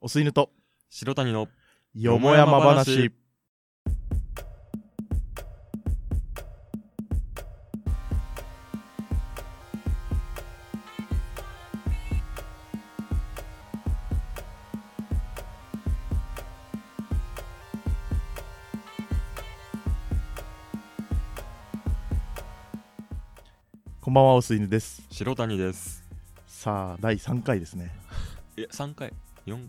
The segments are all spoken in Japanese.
お吸い犬と白谷のよもやま話こんばんはおすいぬです白谷ですさあ第3回ですねえ3回4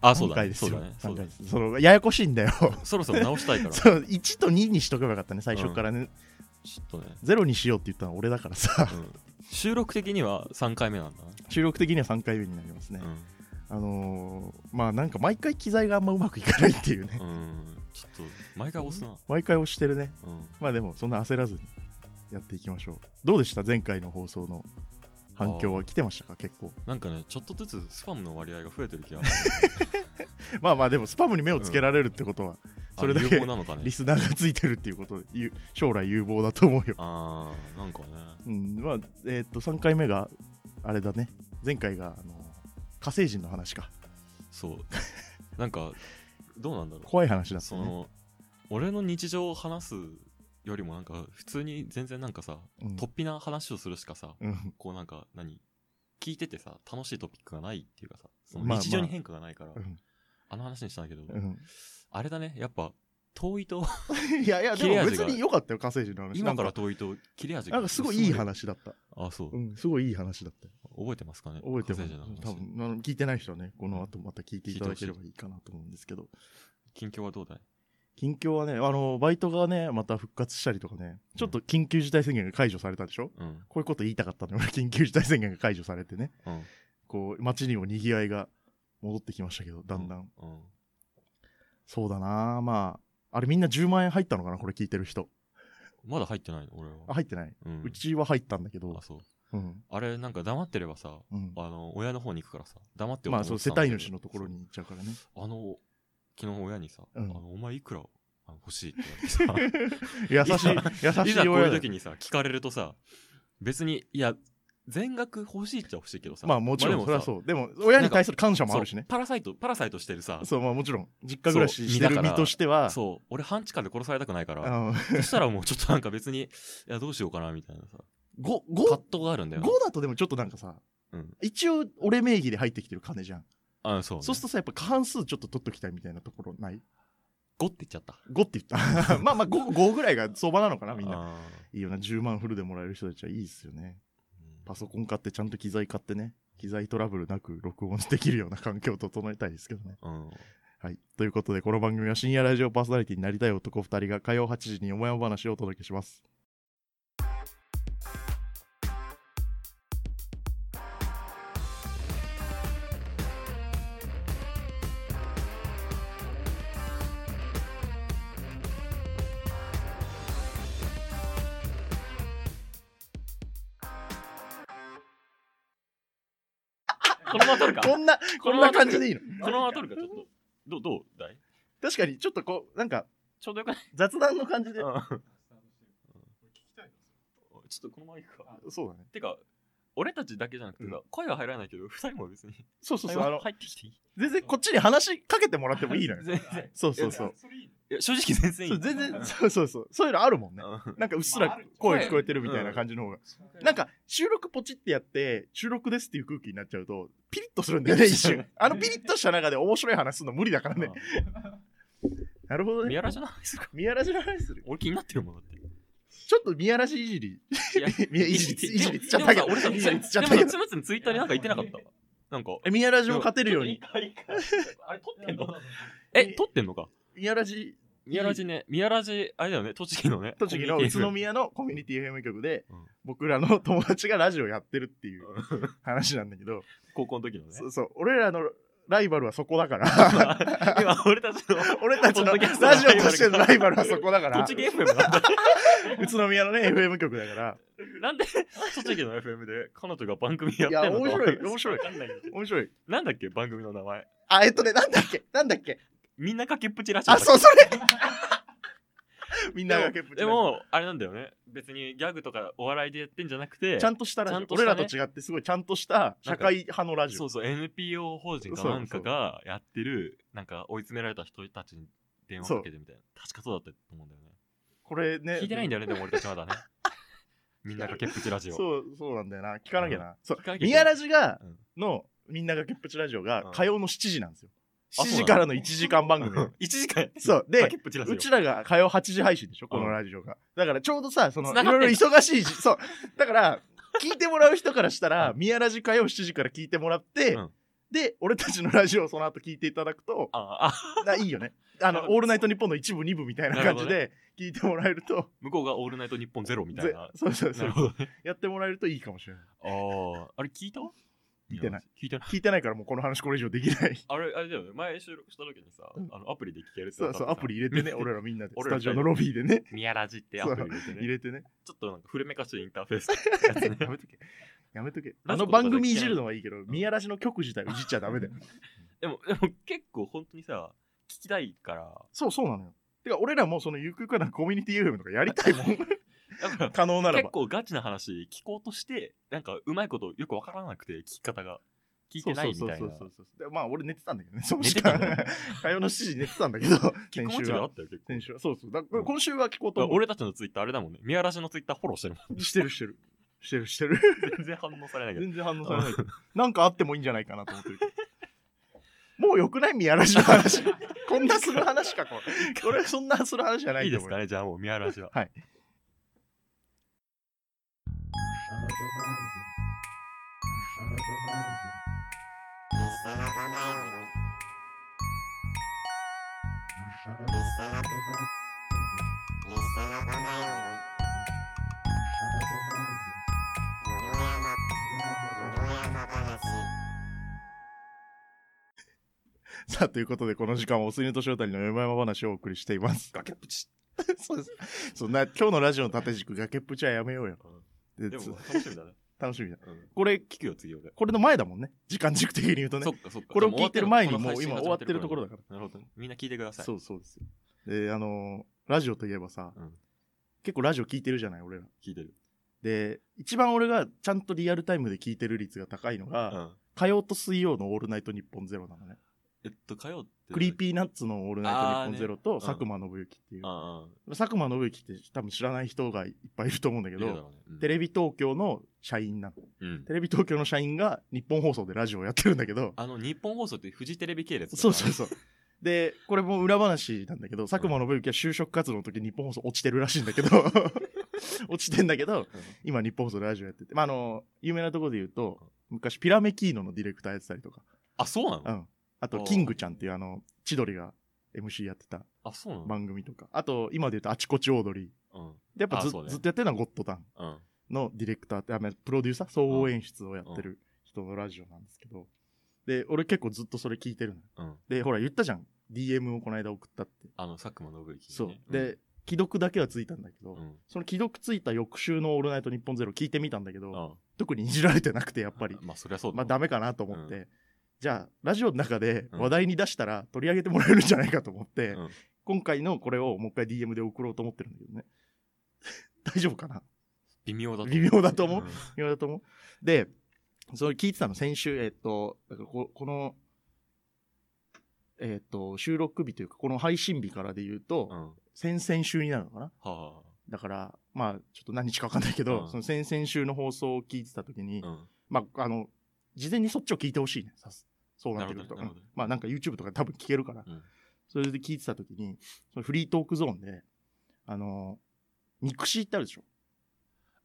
あそう3だ回ねですそうよだね3そうだ回ねですそのややこしいんだよそろそろ直したいからちそう1と2にしとけばよかったね最初からね、ょっとね、ゼロにしようって言ったのは俺だから さうん、収録的には3回目なんだな収録的には3回目になりますね、あのー、まあなんか毎回機材があんまうまくいかないっていうねうん、うん、ちょっと毎回押すな毎回押してるねうんまあでもそんな焦らずにやっていきましょうどうでした前回の放送の反響は来てましたか結構なんかねちょっとずつスパムの割合が増えてる気がするまあまあでもスパムに目をつけられるってことは あそれだけ有効なのかリねスナーがついてるっていうことでゆ将来有望だと思うよ、あーなんかねうん、まあえーっと3回目があれだね前回があの火星人の話かそうなんかどうなんだろう 怖い話だったそね、の俺の日常を話すよりもなんか普通に全然なんかさうん突飛な話をするしかさうん、こうなんか何聞いててさ楽しいトピックがないっていうかさそまあのまあ日常に変化がないから、うんあの話にしたんだけど、うんあれだねやっぱ遠いと いやいや、で切れも味別がに良かったよ、火星人の話。今かならん遠いと切れ味がなんかすごいいい話だった。あそうう、ん、すごいいい話だったよ。覚えてますかね覚えてます。火星人の話多分あの聞いてない人はね、この後また聞いていただければいいかなと思うんですけど、近況はどうだい近況はね、あの、バイトがね、また復活したりとかね、ちょっと緊急事態宣言が解除されたでしょ、うんこういうこと言いたかったのよ。 緊急事態宣言が解除されてね、うんこう、街にも賑わいが戻ってきましたけど、だんだん。うんそうだなまあ、あれみんな10万円入ったのかなこれ聞いてる人。まだ入ってないの俺はあ、入ってない。うんうちは入ったんだけあど、そううん。あれなんか黙ってればさうんあの親の方に行くからさ黙ってようまあとそ思うって世たんだ帯けど主のところに行っちゃうからね。あの、昨日親にさ、うんあのお前いくらあの欲しいって言われて優しい、さ、優いしざいこうい親うだ時にさ、聞かれるとさ、別に、いや、全額欲しいっちゃ欲しいけどさ、まあもちろん、それはう。そう。でも、親に対する感謝もあるしね。パラサイト、パラサイトしてるさ、そう、まあもちろん、実家暮らししてる身としては、そう、俺半地下で殺されたくないから、あのそしたらもうちょっとなんか別に、いや、どうしようかなみたいなさ、 5、葛5、藤があるんだよね。 5だとでもちょっとなんかさうん、一応俺名義で入ってきてる金じゃん。あそう、ね。そうするとさ、やっぱ過半数ちょっと取っときたいみたいなところない5って言っちゃった。 ?5 って言 った。まあまあ 5, 5ぐらいが相場なのかな、みんな。あいいよな、10万フルでもらえる人たちはいいっすよね。ーパソコン買ってちゃんと機材買ってね、機材トラブルなく録音できるような環境を整えたいですけどね。うん。はい。ということで、この番組は深夜ラジオパーソナリティになりたい男2人が火曜8時によもやま話をお届けします。このまま撮るかこんな、こんな感じでいいのこのまま撮るかちょっと。どう、どうだい確かに、ちょっとこう、なんかちょうどよくない雑談の感じで。ちょっとこのまま行くか。そうだね。てか、俺たちだけじゃなくてさ、う声は入らないけど、二人も別に。そうそうそう。会あ話の、入ってきていい全然こっちに話しかけてもらってもいいのよ。全然。そうそうそう。いや、正直全然いい。そう全然、そうそうそう。そういうのあるもんね。うんなんかうっすら声聞こえてるみたいな感じの方が。なんか収録ポチってやって、収録ですっていう空気になっちゃうと、ピリッとするんだよね、一瞬。あのピリッとした中で面白い話するの無理だからね。なるほどね。見やらし の話するか。見やらしの話する。俺気になってるもんだって。ちょっと見やらしいじり。いや、いやいじり、いじりつっちゃったけでもど。さ俺いじさ、りつっちゃったでけもどさつ。むつむツイッターになんか言ってなかったなんか。え宮ラジオ勝てるよういいに。かいいかあれ、撮ってんの え、撮ってんのか宮ラジ、宮ラジね、宮ラジ、あれだよね、栃木のね。 栃木の宇都宮。宮のコミュニティ FM 局でうん、僕らの友達がラジオやってるっていう話なんだけど、高校の時のね。そうそう、俺らのライバルはそこだから。今、俺 たちの。俺たちのポッドキャストのラジオとしてのライバルはそこだから栃、木 FM なんだ。宇都宮のね、FM 局だから、なんで、 栃木の FM で彼女が番組やってんいやのか面 白い面白いわかんないんだけど面白い。なんだっけ、番組の名前。あ、えっとね、なんだっけなんだっけみんなかけっぷちらしい。あ、そう、それ みんでなもがけっぷちでもあれなんだよね別にギャグとかお笑いでやってんじゃなくてちゃんとしたラジちゃオんとした俺ねらと違ってすごいちゃんとした社会派のラジそオうそう NPO 法人かなんかがやってるなんか追い詰められた人たちに電話かけてみたいな確かそうだったと思うんだよねこれね聞いてないんだだよねでも俺たち まだねみんながけっぷちラジオそうそうなんだよな聞かなきゃな、そう聞かなきゃいけな宮いラジがうんのみんながけっぷちラジオうがん火曜の7時なんですよあ7時からの1時間番 組1時間そうでけっぷちラジオうちらが火曜8時配信でしょこのラジオが、だからちょうどさそのい繋がってんろだいろ忙しい時そうだ から聞いてもらう人からしたらう宮ラジ火曜7時から聞いてもらって、うんで俺たちのラジオをその後聞いていただく とああだいいよねあなのるほ「どオールナイトニッポン」の一部二部みたいな感じなで聞いてもらえると向こうが「オールナイトニッポンゼロみたいぜなそうそうそうなるほどねやってもらえるといいかもしれないあーあれ聞いた聞いてない聞いてない聞いてないからもうこの話これ以上でき ないあれあれだよね前収録した時にさうんあのアプリで聞けるってそうそうアプリ入れてね俺俺らみんなでス俺タらジオのロビーでね ミヤラジってアプリ入れて入ねれて ねちょっとなんか古めかしいインターフェースってやつねやめとけやめとけあラジのコとか番組いじるのはいいけど宮らしの曲自体をいじっちゃダメだよでも、でも結構本当にさ、聞きたいから、そうそうなのよてか俺らもそのゆくゆくはなんかコミュニティ FM とかやりたいもんだか 可能ならら結ば構ガチな話聞こうとして、なんかうまいことよくわからなくて、聞き方が。聞いてないみたいそなう。そうそうそうでまあ俺寝てたんだけどねその寝時てた間の 火曜の7時に寝てたんだ けど結先構間違週いあはったよ、結構先。週はそうそうだから今週は聞こうとだから思う俺たちのツイッターあれだもんね。宮原氏のツイッターフォローしてるもん。してるしてる。してるしてる。全然反応されないけど。全然反応されない。なんかあってもいいんじゃないかなと思ってるけど。もうよくない宮原氏の話。 こんなする話か、これ。これそんなする話じゃないいいとで思すうかね、じゃあもう宮原 氏は。はい。 さあ、ということで、この時間はおすぎと正谷の山々話をお送りしています。崖っぷち。 そうです。そんな、今日のラジオの縦軸、崖っぷちはやめようよ。ででつも楽しみだね。楽しみだ。うんこれ、聞くよ、次俺。これの前だもんね。時間軸的に言うとねそ。っかそっか。これを聞いてる前にじゃあもう終わもう今って終わってるるところだから。なるほどね。みんな聞いてください。そうそうですよ。で、あのーラジオといえばさ、うん結構ラジオ聞いてるじゃない、俺ら。聞いてる。で、一番俺がちゃんとリアルタイムで聞いてる率が高いのうが、ん。火曜と水曜のオールナイトニッポンゼロなのね。えっと、火曜って。クリーピーナッツのオールナイトニッポンゼロとーね佐久間信之っていう。ああ、佐久間信之って多分知らない人がいっぱいいると思うんだけけど、ど、テレビ東京の社員なの。うんテレビ東京の社員が日本放送でラジオをやってるんだけど、あの、日本放送ってフジテレビ系列だからそうそうそう。で、これも裏話なんだけど、佐久間信之は就職活動の時日本放送落ちてるらしいんだ けど、落ちてんだけど、今日本放送でラジオやってて、まあ、あの、有名なところで言うと、昔ピラメキーノのディレクターやってたりとか、あ、そうなうの、ん。あおと、うキングちゃんっていうあの、千鳥が MC やってたあ、そうなの、番組とか、あと、今で言うとあちこちオードリー。うん。で、やっぱず,、あそうねずっとやってるのはゴッドタンうん。のディレクターって、あまあプロデューサー、総合演出をやってる人のラジオなんですけど、で、俺結構ずっとそれ聞いてるのよ。うん。で、ほら、言ったじゃん。DM をこの間送ったって。あの、佐久間信之、そね。う。で、既読だけはついたんだけど、うん、うん。その既読ついた翌週の「オールナイトニッポンゼロ聞いてみたんだけど、あ特にいじられてなくてやっぱりまあ、そりゃそうだ。まあダメかなと思って、うじゃあラジオの中で話題に出したら取り上げてもらえるんじゃないかと思って、うん今回のこれをもう一回 DM で送ろうと思ってるんだけどね 大丈夫かな微妙だと思う。微妙だと思うん今だと思うでそれ聞いてたの先週えっとだからここのえっと収録日というかこの配信日からで言うと、うん。は先々週になるのかなあはだからまあちょっと何日か分かんないけど、うんその先々週の放送を聞いてた時に、 あ。うん。まあ、あの、事前にそっちを聞いてほしいね。さすそうなってくると。なるほどねなるほどうんまあ、なんか YouTube とかで多分聞けるから、うんそれで聞いてた時に、そのフリートークゾーンで、あの、ミクシーってあるでしょ、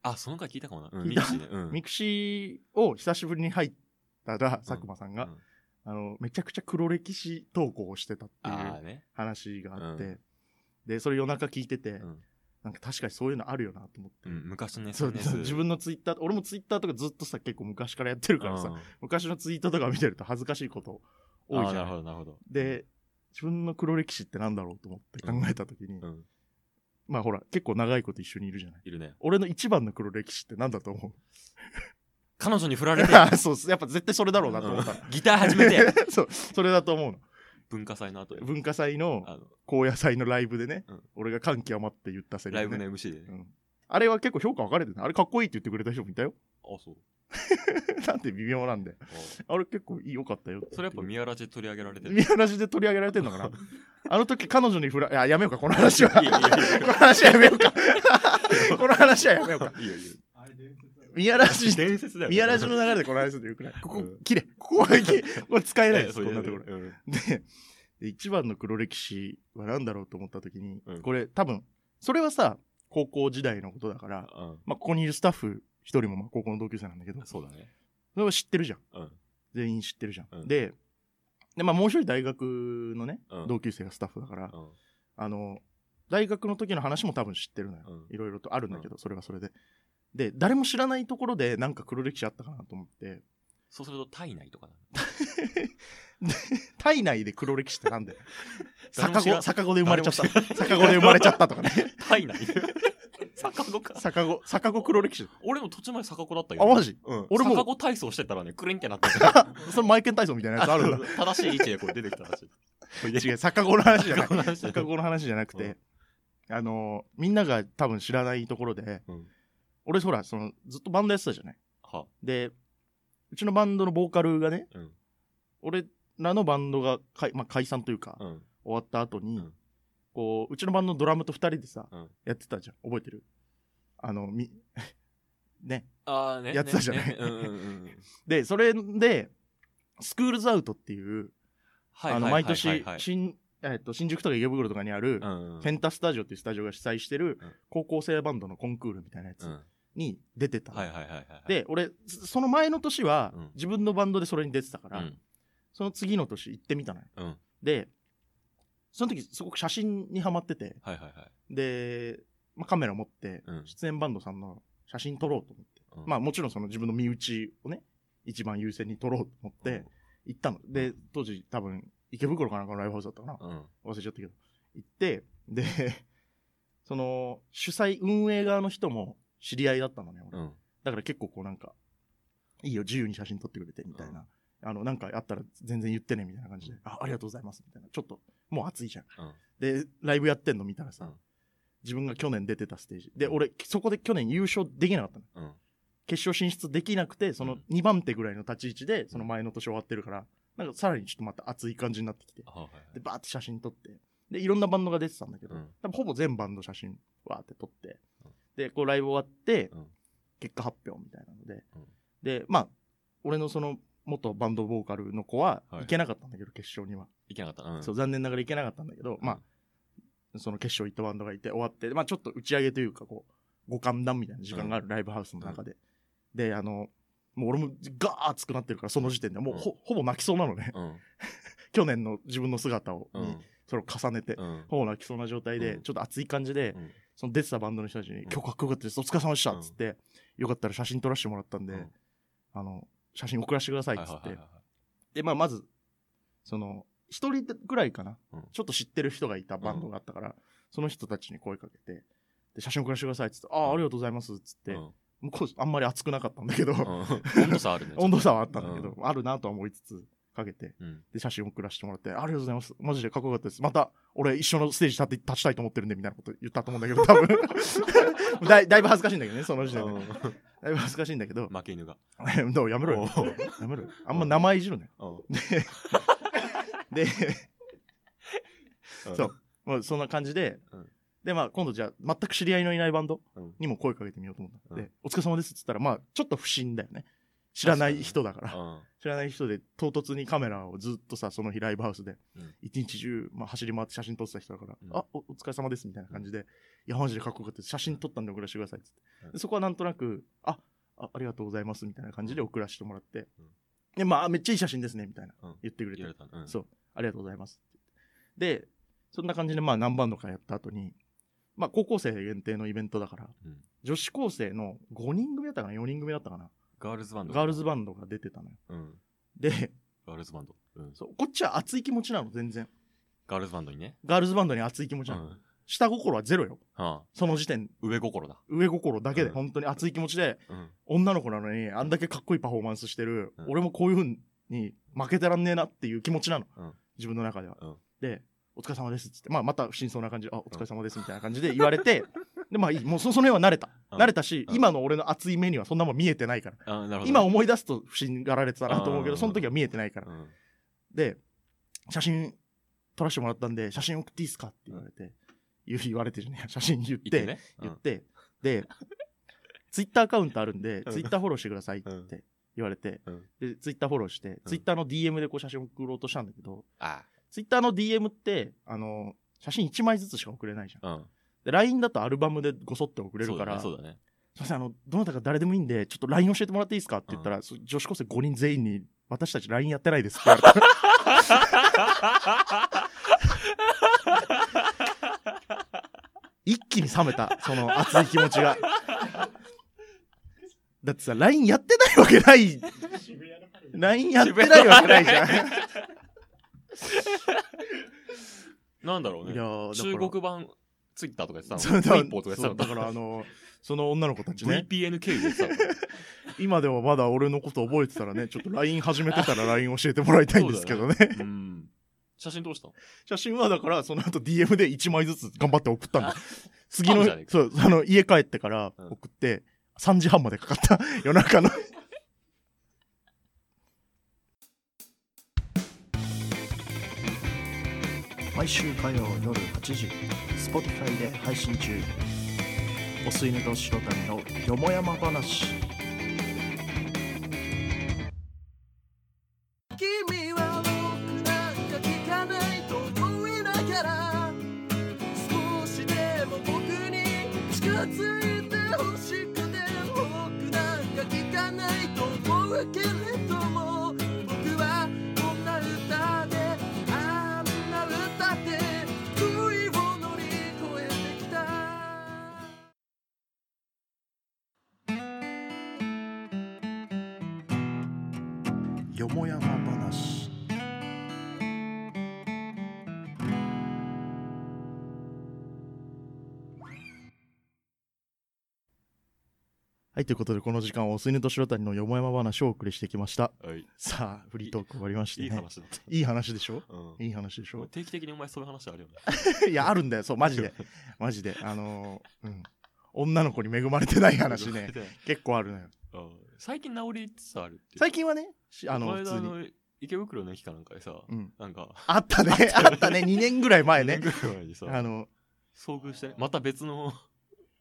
あ、その回聞いたかもな。うん。聞いたミクシーねうん。ミクシーを久しぶりに入ったら、佐久間さんうが、んあの、めちゃくちゃ黒歴史投稿をしてたっていああうね。話があって、うんで、それ夜中聞いてて、うん。なんか確かにそういうのあるよなと思って。うん、昔の ね、そう SNS 自分のツイッター、俺もツイッターとかずっとさ、結構昔からやってるからさ、うん昔のツイートとか見てると恥ずかしいこと多いあーじなゃるほん。ど、なるほど。で、自分の黒歴史ってなんだろうと思って考えたときに、うん、まあほら、結構長いこと一緒にいるじゃない。いる ね。俺の一番の黒歴史ってなんだと思う彼女に振られ て、 あそうっすやっぱ絶対それだろうなと思ったの。 ギター始めて、そう、それだと思うの。文化祭の後に文化祭のあの高野祭のライブでね、うん俺が感極まって言ったセリライフ、ブねの MC でね、うんあれは結構評価分かれてるあれかっこいいって言ってくれた人もいたよ あそうなんて微妙なんであああれ結構いいよかったよそれやっぱ見宮原で取り上げられてる見晴らしで取り上げられてんのか なあの時彼女に振らいややめようかこの話はこいやいやいやの話はやめよう かこの話はやめようかいいよいいよあれ伝説だろ見晴らし で伝説だよね宮ラジの流れでこの話するとよくないここうん切れここは 切れこれ使えないえでえすそうこいんうなやとつころうんでで一番の黒歴史は何だろうと思った時に、うんこれ多分それはさ高校時代のことだから、うまあ、ここにいるスタッフ一人もまあ高校の同級生なんだけどんそそうだねれは知ってるじゃんうん全員知ってるじゃん、うんでで、まあ、もう一人大学のね、うん同級生がスタッフだから、うんあの大学の時の話も多分知ってるのよ、ういろいろとあるんだけど、それはそれでで誰も知らないところでなんか黒歴史あったかなと思ってそうすると体内とかだね体内で黒歴史ってなんだよ 誰も逆知ら子逆子で生まれちゃった誰も知ら逆子で生まれちゃったとかね体 内逆子か 逆子逆子黒歴史俺も途中まで逆子だったけあどマジうん俺も逆子体操してたらねクリンってなってたそれマイケン体操みたいなや つある んだ 正しい位置でこう出てきたらしい違う逆子の話じゃない逆子の話じゃない逆子の話じゃなくて、あのーみんなが多分知らないところでうん俺ほらそのずっとバンドやってたじゃないはでうちのバンドのボーカルがねうん俺らのバンドがかい、まあ、解散というか、うん終わった後に、うんこううちのバンドのドラムと2人でさ、うんやってたじゃん覚えてるあのみ ねああねやってたじゃないねねうんうんうんでそれでスクールズアウトっていうはいあのはい毎はいはい年はい新,、えっと新宿とか池袋とかにある、うんうんペンタスタジオっていうスタジオが主催してるうん高校生バンドのコンクールみたいなやつうんに出てたの、はいはいはいはいで俺そその前の年はうん自分のバンドでそれに出てたかうら、んその次の年行ってみたのようんでその時すごく写真にハマっててはいはいはいで、まあ、カメラ持ってうん出演バンドさんの写真撮ろうと思って、うんまあもちろんその自分の身内をね一番優先に撮ろうと思って行ったの、で当時多分池袋かなんかのライブハウスだったかな、うんうん忘れちゃったけど行ってで その主催運営側の人も知り合いだったのね俺、うんだから結構こうなんかいいよ自由に写真撮ってくれてみたいな、あのなんかあったら全然言ってねみたいな感じで、うんあありがとうございますみたいなちょっともう暑いじゃんうんでライブやってんの見たらさ、うん自分が去年出てたステージで俺そこで去年優勝できなかったのうん決勝進出できなくてそのうん2番手ぐらいの立ち位置でその前の年終わってるからなんかさらにちょっとまた熱い感じになってきてあはいはいでバーって写真撮ってでいろんなバンドが出てたんだけど、うん多分ほぼ全バンド写真わーって撮って、うんでこうライブ終わって、うん結果発表みたいなので、うんでまあ俺のその元バンドボーカルの子ははい行けなかったんだけど、決勝には、いけなかったうんそう残念ながら行けなかったんだけど、まあその決勝行ったバンドがいて終わって、まあ、ちょっと打ち上げというかこう五感談みたいな時間がある、ライブハウスの中で、であのもう俺もガーッ熱くなってるからその時点でもうほ,、ほぼ泣きそうなのね うん去年の自分の姿を、うにんそれを重ねて、うんほぼ泣きそうな状態で、うんちょっと熱い感じで、うんその出てたバンドの人たちに、今日かっこよかったです、お疲れ様でしたっつって、よかったら写真撮らせてもらったんで、うんあの、写真送らせてくださいっつって、はいはいはいはいで、まあ、まず、その、一人ぐらいかな、うんちょっと知ってる人がいたバンドがあったから、その人たちに声かけて、で、写真送らせてくださいっつって、ああ、ありがとうございますっつって、うん向こう、あんまり熱くなかったんだけど、うん温度差あるね 温度差はあったんだけど、うあるなとは思いつつ、かけて、うんで、写真送らせてもらって、ありがとうございます。マジでかっこよかったです。また、俺一緒のステージ立って立ちたいと思ってるんで、みたいなこと言ったと思うんだけど、多 分だいだいぶ恥ずかしいんだけどね、その時点で。負だいぶ恥ずかしいんだけど、け犬が どうやめろおよ。うやめろよ。あんま名前いじるね。おうで、う んそうまあ、そんな感じで、うんで、まあ、今度じゃあ、全く知り合いのいないバンドうんにも声かけてみようと思った。うんで、お疲れ様ですって言ったら、まあ、ちょっと不審だよね。知らない人だ から。うん知らない人で唐突にカメラをずっとさその日ライブハウスでうん一日中、まあ、走り回って写真撮ってた人だから「うんあおお疲れ様です」みたいな感じで「いやマジでかっこよかったです写真撮ったんで送らせてください」っつって、うんでそこはなんとなく「ああありがとうございます」みたいな感じで送らせてもらって、うんでまあめっちゃいい写真ですねみたいな、うん言ってくれて言われたのうんそうありがとうございますって言ってでそんな感じでまあ何バンドかやった後にまあ高校生限定のイベントだからうん女子高生の5人組だったかな4人組だったかなガールズバンドガールズバンドが出てたのようんでガールズバンドうんそうこっちは熱い気持ちなの全然ガールズバンドにねガールズバンドに熱い気持ちうなの、ん下心はゼロよあその時点あ上心だ上心だけでうん本当に熱い気持ちでうん女の子なのにあんだけかっこいいパフォーマンスしてる、うん俺もこういう風に負けてらんねえなっていう気持ちなの、うん自分の中では。うんで、お疲れ様ですっつって、まあ、また真相な感じで、あ、お疲れ様ですみたいな感じで言われ て、で、まあいい、もうそその辺は慣れた。うん慣れたし、うん今の俺の熱い目にはそんなもん見えてないから。あなるほどね今思い出すと不審がられてたなと思うけうど、んその時は見えてないからう。んで、写真撮らせてもらったんで、写真送っていいですかって言われて、言う言われてるね、写真言っ、言っててねう言っんて、で、ツイッターアカウントあるんで、うんツイッターフォローしてくださいってうん言われて、うんで、ツイッターフォローして、ツイッターの DM でこう写真送ろうとしたんだけど、あツイッターの DM って、あの、写真1枚ずつしか送れないじゃん。うんで、LINE だとアルバムでごそって送れるから、そうだねすいません、あの、どなたか誰でもいいんで、ちょっと LINE 教えてもらっていいですかって言ったら、そ女子高生5人全員に、私たち LINE やってないですって言われ た。そうだね一気に冷めた、その熱い気持ちが。だってさ、LINE やってないわけない。LINE やってないわけないじゃん。なんだろうねいやーだから中国版ツイッターとかやってたそうのだ民法とかやってたそうのだ からあの、その女の子たちね、 VPN 経由でやってたの今でもまだ俺のこと覚えてたらね、ちょっと LINE 始めてたら LINE 教えてもらいたいんですけどね。うん写真どうしたの写真はだから、その後 DM で1枚ずつ頑張って送ったんだあ。次のスパムじゃねえ、かそう、あの、家帰ってからうん送って、3時半までかかった、 夜中の。毎週火曜夜8時 Spotify で配信中お吸い寝と白谷のよもやま話君は僕なんか聞かないと思いながら少しでも僕に近づいてほしくて僕なんか聞かないと思うけれども僕はこんな歌であんな歌で恋を乗り越えてきたよもやま話はい、ということで、この時間はお吸い寝と白谷のよもやま話をお送りしてきました。はいさあ、フリートーク終わりましてね。いい話だったいい話でしょうんいい話で しょ定期的にお前そういう話あるよねいや、あるんだよ。そう、マジで。マジで。あのーうん。女の子に恵まれてない話 ね。結構あるのよ。うん最近治りつつあるっていう最近はね、しあこの、間普通に。あの池袋の駅かなんかでさ うん。なんかあったね。あったね。2年ぐらい前ね年。ぐらい前にさあの、遭遇してねまた 別の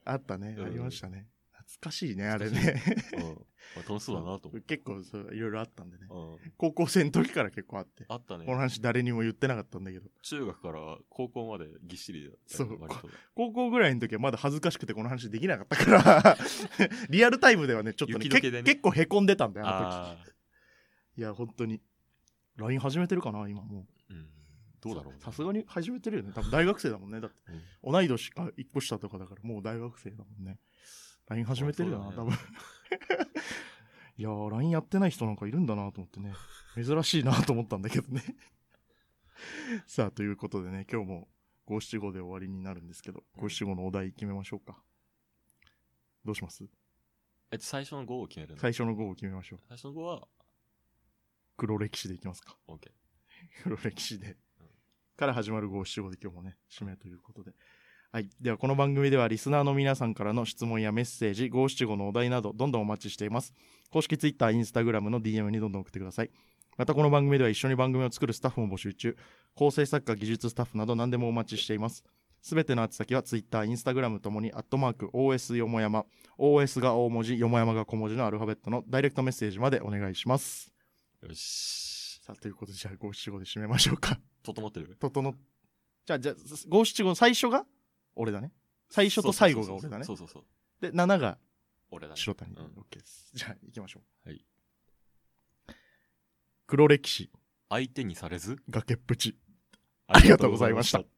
あったね。うんありましたね。懐かしいね、あれね。 うんまあ楽しそうだなと思って結構そう、いろいろあったんでね。うん高校生の時から結構あって。あったねこの話誰にも言ってなかったんだけど。中学から高校までぎっしりだったそよう 割と高校ぐらいの時はまだ恥ずかしくてこの話できなかったから、 リアルタイムではね、ちょっとね、雪解けけでね結構へこんでたんだよ、あの時。あいや、本当に。LINE 始めてるかな、今もう。ーうんどうだろうねさすがに始めてるよね。多分大学生だもんね。だって、うん同い年か一個下とかだから、もう大学生だもんね。LINE 始めてるよな、そ多う分だ ね。いやー、LINE やってない人なんかいるんだなと思ってね。珍しいなと思ったんだけどね。 さあ、ということでね、今日も五七五で終わりになるんですけど、五七五のお題決めましょうか。どうしますえ最初の5を決めるの最最初の5を決めましょう。初の5は黒歴史でいきますか。 OK 黒歴史でうん。から始まる五七五で今日もね、締めということで。はい。では、この番組ではリスナーの皆さんからの質問やメッセージ、五七五のお題など、どんどんお待ちしています。公式 Twitter、Instagram の DM にどんどん送ってください。また、この番組では一緒に番組を作るスタッフも募集中。構成作家、技術スタッフなど何でもお待ちしています。すべての宛先は Twitter、Instagram ともに、アットマーク、OS よもやま、OS が大文字、よもやまが小文字のアルファベットのダイレクトメッセージまでお願いします。よしさあ、ということで、じゃあ五七五で締めましょうか。整ってる整っじゃあじゃあ五七五最初が俺だね最初と最後が俺だねそうそうそうそうそうそうで7が俺だね白谷、うんオッケーですじゃあ行きましょうはい黒歴史相手にされず崖っぷちありがとうございました